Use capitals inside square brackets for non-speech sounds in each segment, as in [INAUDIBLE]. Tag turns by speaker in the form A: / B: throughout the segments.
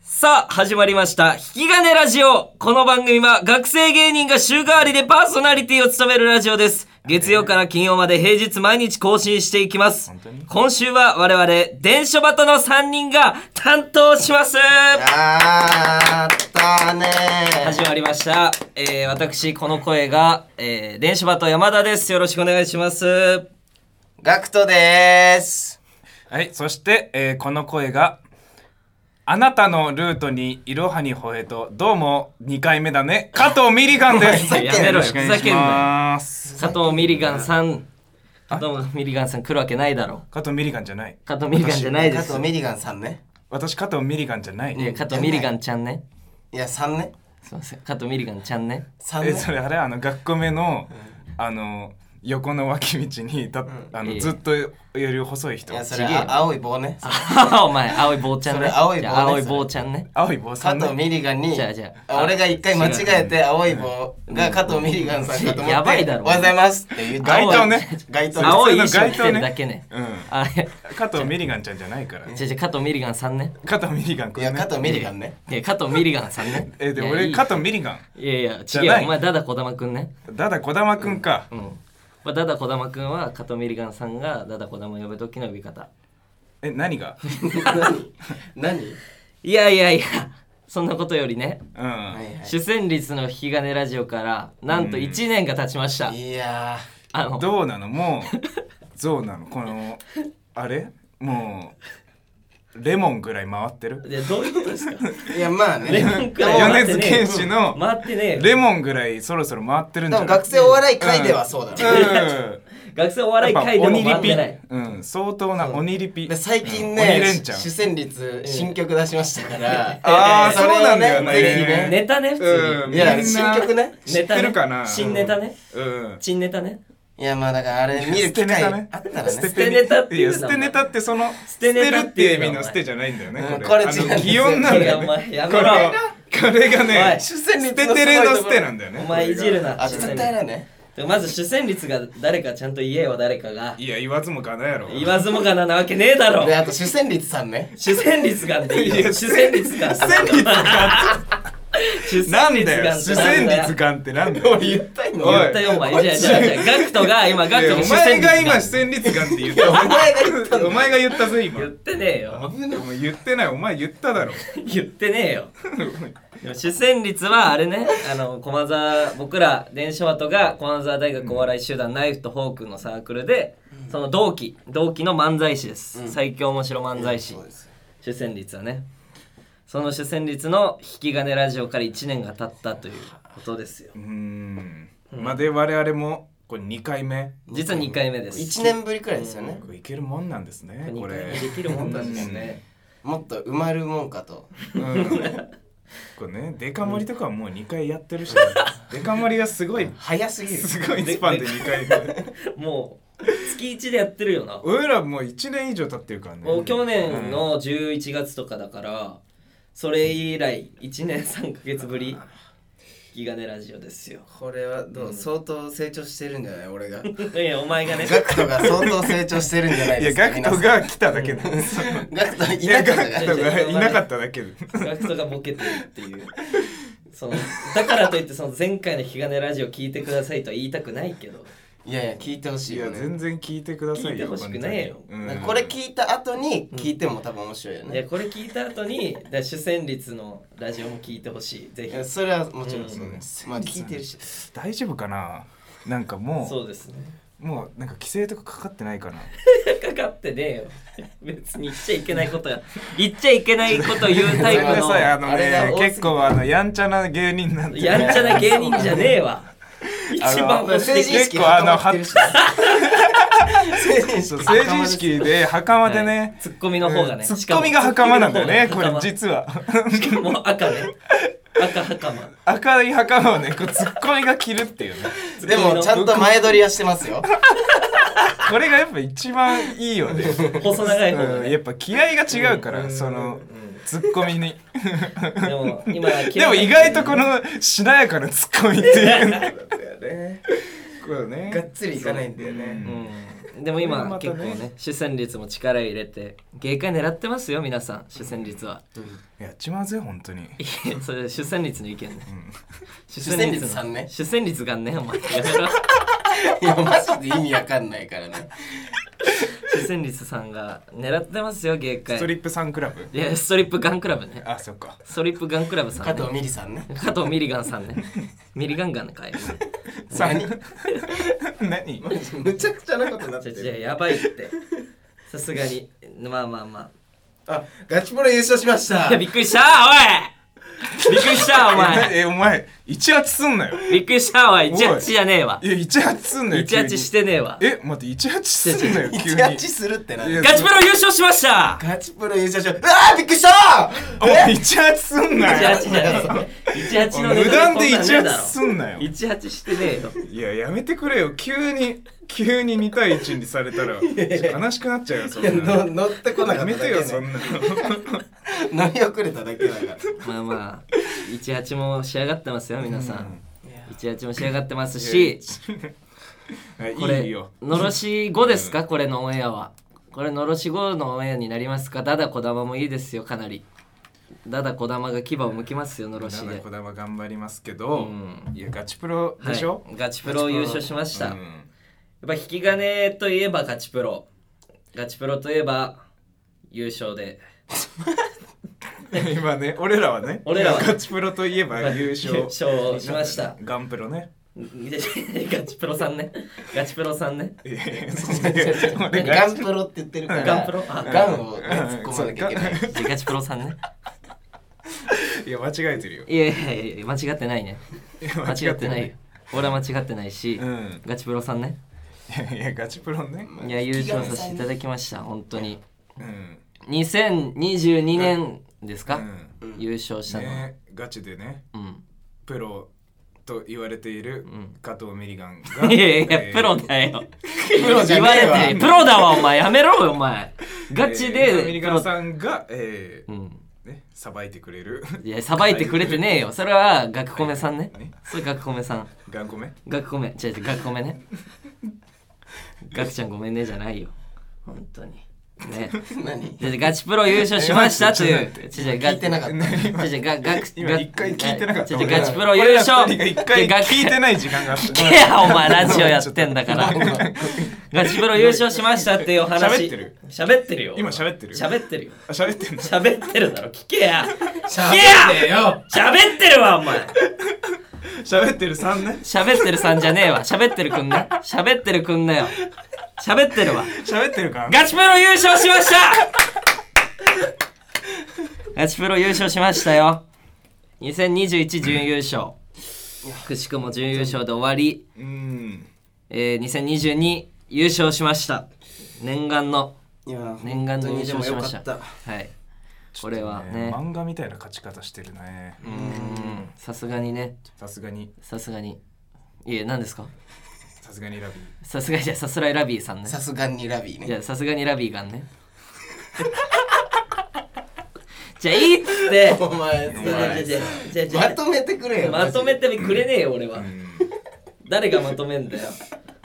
A: さあ、始まりました。引き金ラジオ。この番組は学生芸人が週替わりでパーソナリティを務めるラジオです。月曜から金曜まで平日毎日更新していきます
B: 本当に。
A: 今週は我々、伝書バトの3人が担当します。
B: やったね
A: 始まりました。えー、私、この声が、えー、電書バト山田です。よろしくお願いします。
B: ガクトでーす
C: はい、そして、えーこの声が、あなたのルートにいろはにほえと、どうも2回目だね、加藤ミリガンで
A: [LAUGHS]
C: す。
A: おいやめろよ
C: ろしくお願いします。
A: 加藤ミリガンさん、加藤ミリガンさん来るわけないだろ。
C: 加藤ミリガンじゃない。
A: 加藤ミリガンじゃないで
B: 加
A: す
B: 藤。ミリガンさんね
C: 私、加藤ミリガンじゃない。
A: いや、加藤ミリガンちゃんね。
B: いや3ね
A: すいません、加藤ミリガンちゃんね。
B: 3
C: え、
B: ね
C: それあれ、あの、学校目の、あの、横の脇道にた、あ
A: い
C: の
A: い
C: ずっとより細い人
B: いやそれ
A: ちげえよ
B: あ青い棒ね
A: お前、青い坊ちゃんね。
B: それ青い棒ね
A: じゃあ青い
B: それ
A: 坊ちゃんね。
C: 青い坊さ
B: 加
C: ん
B: 藤
C: の
B: ミリガンに
A: じゃあじゃあ
B: あ俺が一回間違えて青い棒が加藤ミリガンさんかと思って
A: やばいだろ
B: おはようございますって言って
C: 街灯ね
B: 街灯
A: 青い
C: 普
A: 衣
C: 通
A: 装
C: の街
A: 着
C: 灯ね
A: てるだけね。
C: うん
A: あ、いや
C: 加藤ミリガンちゃんじゃないから
A: じゃあじゃあ加藤ミリガンさんね。
C: 加藤ミリガンこ
B: い
C: れ
B: や
C: ね。
B: 加藤ミリガンね
A: いや、加藤ミリガンさんね
C: [LAUGHS] えで
A: いやい
C: 俺
A: い
C: 加藤ミリガン
A: いやいや、
C: じ
A: 違
C: ゃ
A: う
C: ない
A: よ。お前、ダダ小玉くんね。
C: だだこだまくんか
A: うん。まあ、ダダ小玉くんは、加藤ミリガンさんがダダ小玉呼ぶときの呼び方。
C: え何が
B: 何
A: いやいやいや、そんなことよりね、
C: うん
B: はい
A: 主戦率の引き金ラジオから、なんと1年が経ちました
B: は。いいや
A: あの、
C: どうなのもうゾウなのこのあれもうレモンぐらい回ってる
A: いやどういうことですか
B: ーいやまあね
A: レモンくらい回
C: 米
A: って
C: 津
A: ねえよ
C: 玄師の
A: 回ってねえよ
C: レモンぐらいそろそろ回ってるんじ
B: 多
C: ゃ
B: 分
C: ない
B: 学生お笑い会ではそうだね
C: うん
A: 学生お笑い
C: やっぱ
A: 会でも回ってない
C: うん相当な鬼リピ
B: で最近
C: うん鬼
B: ね、
C: レンちゃん
B: 主戦率新曲出しましたから、
C: あー
B: れを
C: そうなんだよね
B: ぜひね。
A: ネタね普通
C: うん
A: に
B: いや
C: みん
B: 新
C: な
B: 曲ね
C: 知ってるかな
A: 新ネタね
C: うん
A: チンネタね
B: いやまあだからあれ見る機会あったらね。
C: 捨て
A: 捨てネタって
C: い
A: いう
C: や
A: の
C: 捨てネタってその捨
A: て
C: て
A: ネ
C: る
A: タ
C: っ
A: ってていう
C: いう
A: の
C: 意味の捨てじゃないんだよね
B: うん
C: これ
B: これ違うんですよ
C: あの擬音なんだよ
A: これお前
C: ね
A: やめ
C: こ
A: ろ
C: れこれが
A: お
C: ね
A: い
C: 捨ててるの捨てなんだよね
A: お前いじるな
B: あ絶対だね。
A: でまず主戦率が誰かちゃんと言えよ誰かが
C: いや言わずもがなやろ
A: 言わずもがななわけねえだろ
B: であと主戦率さんね。
A: 主戦率がっていいよ主戦率が
C: 主戦率が
A: 主戦率がって
C: なんだよ主戦
A: が
C: 率がんってなんだよ
B: 言ったいの。
C: おい
A: 言ったよお前じゃあじゃあじゃあガクトが今
C: い
A: ガク
C: や
A: ト
C: お
A: が主
C: 前
A: 戦
C: が今主
A: 率が
C: 戦率がんって言った
B: お前が言った
C: お前が言ったぞ今
A: 言ってねえよ
C: お前言ってないお前言っただろ [LAUGHS]
A: 言ってねえよでも主戦率はあれねあの駒沢僕ら伝承跡が駒沢大学お笑い集団ナイフとフォークのサークルで、その同期同期の漫才師です、最強面白漫才師、
B: そうです
A: 主戦率はねその主戦率の引き金ラジオから1年が経ったということですよ
C: うーんまあで我々もこれ2回目
A: 実は2回目です
B: 一年ぶりくらいですよね。
C: これいけるもんなんですね
A: 2
C: こ
A: 回
C: れ
A: 目できるもんだしね
B: もっと埋まるもんかと。
C: うんこれねデカ盛りとかはもう2回やってるしデカ盛りはすごい
B: 早すぎる。
C: すごいスパンで2回目
A: もう月1でやってるよな
C: 俺らもう1年以上経ってるからね
A: もう去年の11月とかだからそれ以来1年3ヶ月ぶりギガネラジオですよ
B: これはどう相当成長してるんじゃない俺が。
A: いやお前がね
B: [LAUGHS] ガクトが相当成長してるんじゃない
C: いや
B: ですか。
C: ガクトが来ただけなんです
B: 皆さん。ガクトい
C: いや
B: なか
C: ガ
B: ったから
C: クトがいなかっただけで
A: ガクトがボケてるっていうそのだからといってその前回のギガネラジオ聞いてくださいとは言いたくないけど
B: いやいや聞いてほし
C: い
B: いよ
C: や
B: ね。
C: 全然聞いてくださいよ
A: 聞いてほしくないよ
C: 本当にうん
B: これ聞いた後に聞いても多分面白いよね。
A: いやこれ聞いた後にだから主旋律のラジオも聞いてほしいぜ
B: いや
A: ひ
B: それはもちろんそうです、
C: うん
B: まあ聞いてるし
C: 大丈夫かななんかも
A: そうですね
C: うもうなんか規制とかかかってないかな
A: かかってねえよ別に言っちゃいけないことや言っちゃいけないこと言うタイ
C: ごめ
A: プ
C: んなさいあ
A: の
C: の
B: あれが
C: ね
B: 多すぎて
C: 結構あのやんちゃな芸人なんで
A: やんちゃな芸人じゃねえわ一
C: あの
A: 番
B: まあ
A: 星的
C: 結構あの
B: は成
C: [LAUGHS]
B: 人
C: そう
B: 式
C: 成人式で袴で
A: はい
C: ね、
A: ツッコミの方がね、
C: ツッコミが袴なんだよねこれ
A: 実
C: 実は
A: しか [LAUGHS] も赤ね赤袴
C: 赤い袴をねこうツッコミが着るっていうね
B: でもちゃんと前撮りはしてま
C: [LAUGHS]
B: すよ
C: これがやっぱ一番いいよね
A: 細長い方が
C: うん、や
A: ね
C: っぱ気合が違うから、そのツッコミに
A: でも今
C: [LAUGHS] でも意外とこのしなやか
A: [LAUGHS]
C: なツッコミっていうねこれね
B: がっつりいかないんだよね
A: うんでも今、
C: これ
A: 結
C: ま
A: 構
C: たね
A: ね主戦率も力入れて芸界狙ってますよ皆さん主戦率は、
C: いやっちまうぜ本当に
A: いやそれ主戦率の意見ね、主
B: 主戦率さんね
A: 主戦率がねお前 [LAUGHS] やめろ
B: いやマジで意味わかんないからね
A: 主戦率さんが狙ってますよ芸界
C: ストリップサンクラブ
A: いやストリップガンクラブね
C: あそっか
A: ストリップガンクラブさん、ね、
B: 加藤ミリさんね
A: 加藤ミリガンさんねミリガンガンの会
C: さ [LAUGHS] 何
B: むちゃくちゃなことになっ
A: じゃ
B: てる
A: じゃやばいってさすがにまあまあま
B: あガチポロ優勝しまし
A: あ
B: た
A: いやびっくりしたおいびっくりしたお前
C: [LAUGHS] えお前一発すんなよ
A: びっくりしたおいジャッジじゃねえわ
C: いや一発すんなよ
A: イチ
C: 急に
A: ャチしてねえわ
C: え待って一発すんなよ急
B: 一
C: に
B: 勝ちするってない
C: や
A: ガチプロ優勝しま
C: [LAUGHS]
A: した
B: ガチプロ優勝しましたうわーびっくりした
C: お前一発すんなよ
A: 18じゃねえ18の
C: 無断で一
A: 18
C: 発すんなよ
A: 18してねえよ
C: いややめてくれよ急に急に2対1にされた
A: [LAUGHS]
C: ら悲しくなっちゃうよそん
B: いや
C: な
B: の
C: の
B: 乗ってこな
C: や
B: かった
C: め
B: だ
C: て
B: け
C: よ
B: ね
C: そんなの
B: 乗り遅れただけ
A: [LAUGHS]
B: だから
A: まあまあ18も仕上がってますよ皆さん
B: いや
A: 18も仕上がってますし
C: [LAUGHS]
A: これ
C: いいよ
A: のろし5ですかこれのオンエアはこれのろし5のオンエアになりますかだだこだまもいいですよかなりだだこだまが牙を向きますよのろし
C: 七
A: で
C: こだま頑張りますけど
A: うん
C: いやガチプロでしょ
A: はい、ガチプロ優勝しました、
C: う
A: やっ
C: ん
A: ぱ引き金といえばガチプロガチプロといえば優勝で [LAUGHS]
C: [LAUGHS] 今ね俺らはね
A: 俺らは
C: ガチプロといえば優
A: [LAUGHS]
C: 勝
A: 優勝しました
C: ガンプロね
A: ガチプロさんねガチプロさんね
C: いや
A: [LAUGHS]
C: いやそんな俺
B: ガ
C: ガ
B: ン
C: チ
B: プロって言ってるから
A: ガンプロあ
B: ガンをね突っ込まなきゃいけない
A: ガチプロさんね
C: [LAUGHS] いや間違えてるよ
A: いやいやいや間違ってない
C: [LAUGHS]
A: ね [LAUGHS] 間違ってないよ俺は間違ってないし、
C: うん
A: ガチプロさんね
C: いやいやガチプロね
A: いや優勝させていただきました本当に
C: うん
A: 2022年ですか、
C: う
A: 優勝したのは、
C: ねガチでね
A: うん
C: プロと言われている
A: ん
C: 加藤ミリガン
A: [LAUGHS]
C: が
A: いやいや
C: えー
A: プロだよ
B: プロじゃ
A: 言
B: ね
A: われ
B: えわ
A: てプロだわお前やめろよお前ガチ
C: えーミ
A: で
C: リ
A: プ
C: ガン
A: ロ
C: さんがえ
A: う
C: ー
A: ん
C: ねさばいてくれる [LAUGHS]
A: いやさばいてくれてねえよそれはガクコメさんね
C: はい
A: それガクコメさん
C: ガンコメ
A: ガクコメ違う違うガクコメねガクちゃんごめんねじゃないよ本当にね
B: 何
A: でガチプロ優勝しましたとい
C: え
A: う
C: 待って
A: 違う
B: 聞いてなかった
A: た違う違うガガク
C: 今
A: ガ
C: 一回聞いてなかった
A: 違う
C: 俺ら
A: ガチプロ優勝
C: 俺ら二人が一回
A: でガク
C: 聞いてない時間があっ
A: 聞けやお前ラジオやってんだからガチプロ優勝しましたっていうお話
C: 喋ってる
A: 喋ってるよ
C: 今喋ってる
A: 喋ってるよ
C: た [LAUGHS] 喋ってんの
A: 喋ってるだろ聞けや
B: 喋
A: 聞け
B: って
A: や
B: よ
A: 喋ってるわお前
C: 喋ってる3ね
A: 喋ってるさんじゃねえわ喋ってるくんな喋ってるくんなよ喋ってるわ
C: 喋ってるからね
A: ガチプロ優勝しましたガチプロ優勝しましたよ2021準優勝くしくも準優勝で終わり、
C: うん
A: えー、2022優勝しました念願の
B: いや
A: 念願の優勝しまし
B: 本
A: た
B: 当にでもよかっ
A: はいこれはね
C: 漫画みたいな勝ち方してるね
A: うんさすがにね
C: さすがに
A: さすがにいえ何ですか
C: さすがにラビー
A: さすがにじゃあさすらいラビーさんね
B: さすがにラビー
A: じ
B: ね
A: ゃあさすがにラビーがんね [LAUGHS] じゃあいいっつって
B: お前
A: じゃあじゃあじゃあじゃあ
B: まとめてくれよ
A: まとめてくれねえよ俺は
C: うん
A: 誰がまとめんだよ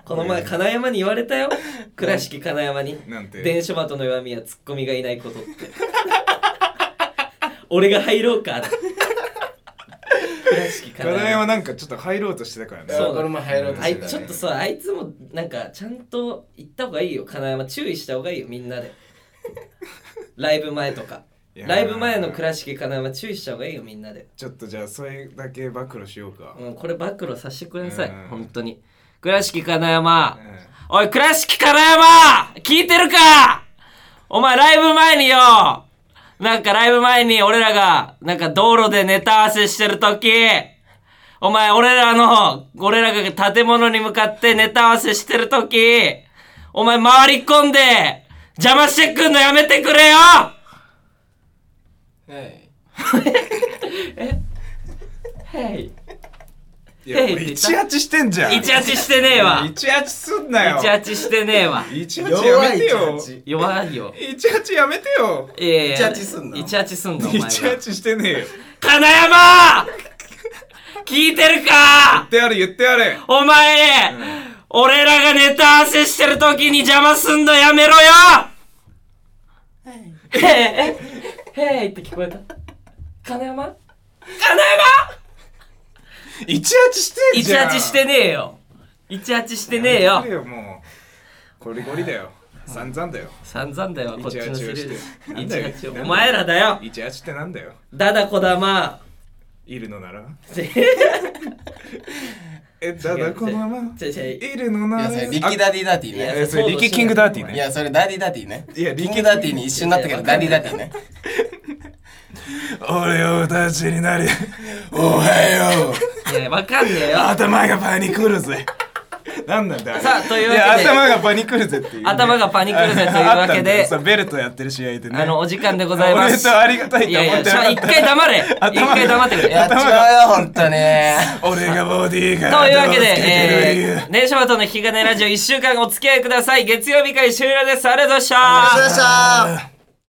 A: この前金山に言われたよ倉敷金山に
C: なんて
A: 電書鳩の弱みはツッコミがいないことって [LAUGHS] 俺が入ろうか倉敷
C: 課
A: 金
C: 題は
A: 山
C: なんかちょっと入ろうとしてたからね
A: そう
B: これも入ろうと
A: あ
B: し
A: い
B: てたね
A: ちょっとさあいつもなんかちゃんと言った方がいいよ金山注意した方がいいよみんな
C: [LAUGHS]
A: でライブ前とか
C: いやー
A: ライブ前の倉敷金山注意した方がいいよみんなで
C: ちょっとじゃあそれだけ暴露しようか、
A: うん、これ暴露させてください、
C: うん
A: 本当に倉敷金山、
C: うん
A: おい倉敷金山聞いてるかお前ライブ前によなんかライブ前に俺らがなんか道路でネタ合わせしてる時お前俺らの俺らが建物に向かってネタ合わせしてる時お前回り込んで邪魔してくんのやめてくれよ
B: はい
A: はい
C: いや
A: え
C: もう18してんじゃん
A: イチャチしてねえわイチ
C: 18すんなよ
A: ャチしてねえわ
C: 18や
B: 弱
C: めて
B: いジ
C: よ
B: ャッジ
A: 弱いよ
C: 18やめてよ
A: いやいや
B: イチャチすんな
A: イチャチすんなお前が
C: 18してねえよ
A: 金山聞いてるか
C: 言ってやれ言ってやれ
A: お前、俺らがネタ合わせしてる時に邪魔すんのやめろよへえ、へえって聞こえた。金山金山
C: 18してんじゃん
A: 18してねえよ18してねえよ
C: やめてくれもうゴリゴリだよ散々だよ
A: 散々だよこっちのセリ
C: 18を
A: フ
C: してなんだよ
A: 18をお前らだよ
C: 18ってなんだよ
A: ダダこだま
C: いるのなら
A: 違う
C: えだだこのまま
A: 違う違う
C: いるのなら
B: や、それ、リキダディダディ
A: い
B: ね。
C: えそれリキキングダーティー
B: い
C: ね
B: や、それ、ダディダディね。
C: いやリキ
B: キングダディに一瞬なったけど、ダディダディね。
C: 俺を立ちになりおはよ
A: [LAUGHS]
C: う
A: いやわかんねえよ
C: 頭がパニクるぜなんなんだあれ
A: さあというわけで
C: や頭がパニクるぜっていうね
A: 頭がパニクるぜというわけで
C: ああったんだよそうベルトやってる試合でね
A: あのお時間でございます
C: 俺とありがたい
A: い
C: と
A: やい
C: 思っ
A: や
C: て
A: ちょ一回黙れ一
C: [LAUGHS] 頭が
A: 回黙ってくれ
B: やっちゃうよ、ほんとに。
C: 俺がボディーガード
A: というわけで、
C: をつけてる理由
A: えー、年少との引き金ラジオ1週間お付き合いください。月曜日から終了です。ありがとうございました。
B: よっしゃー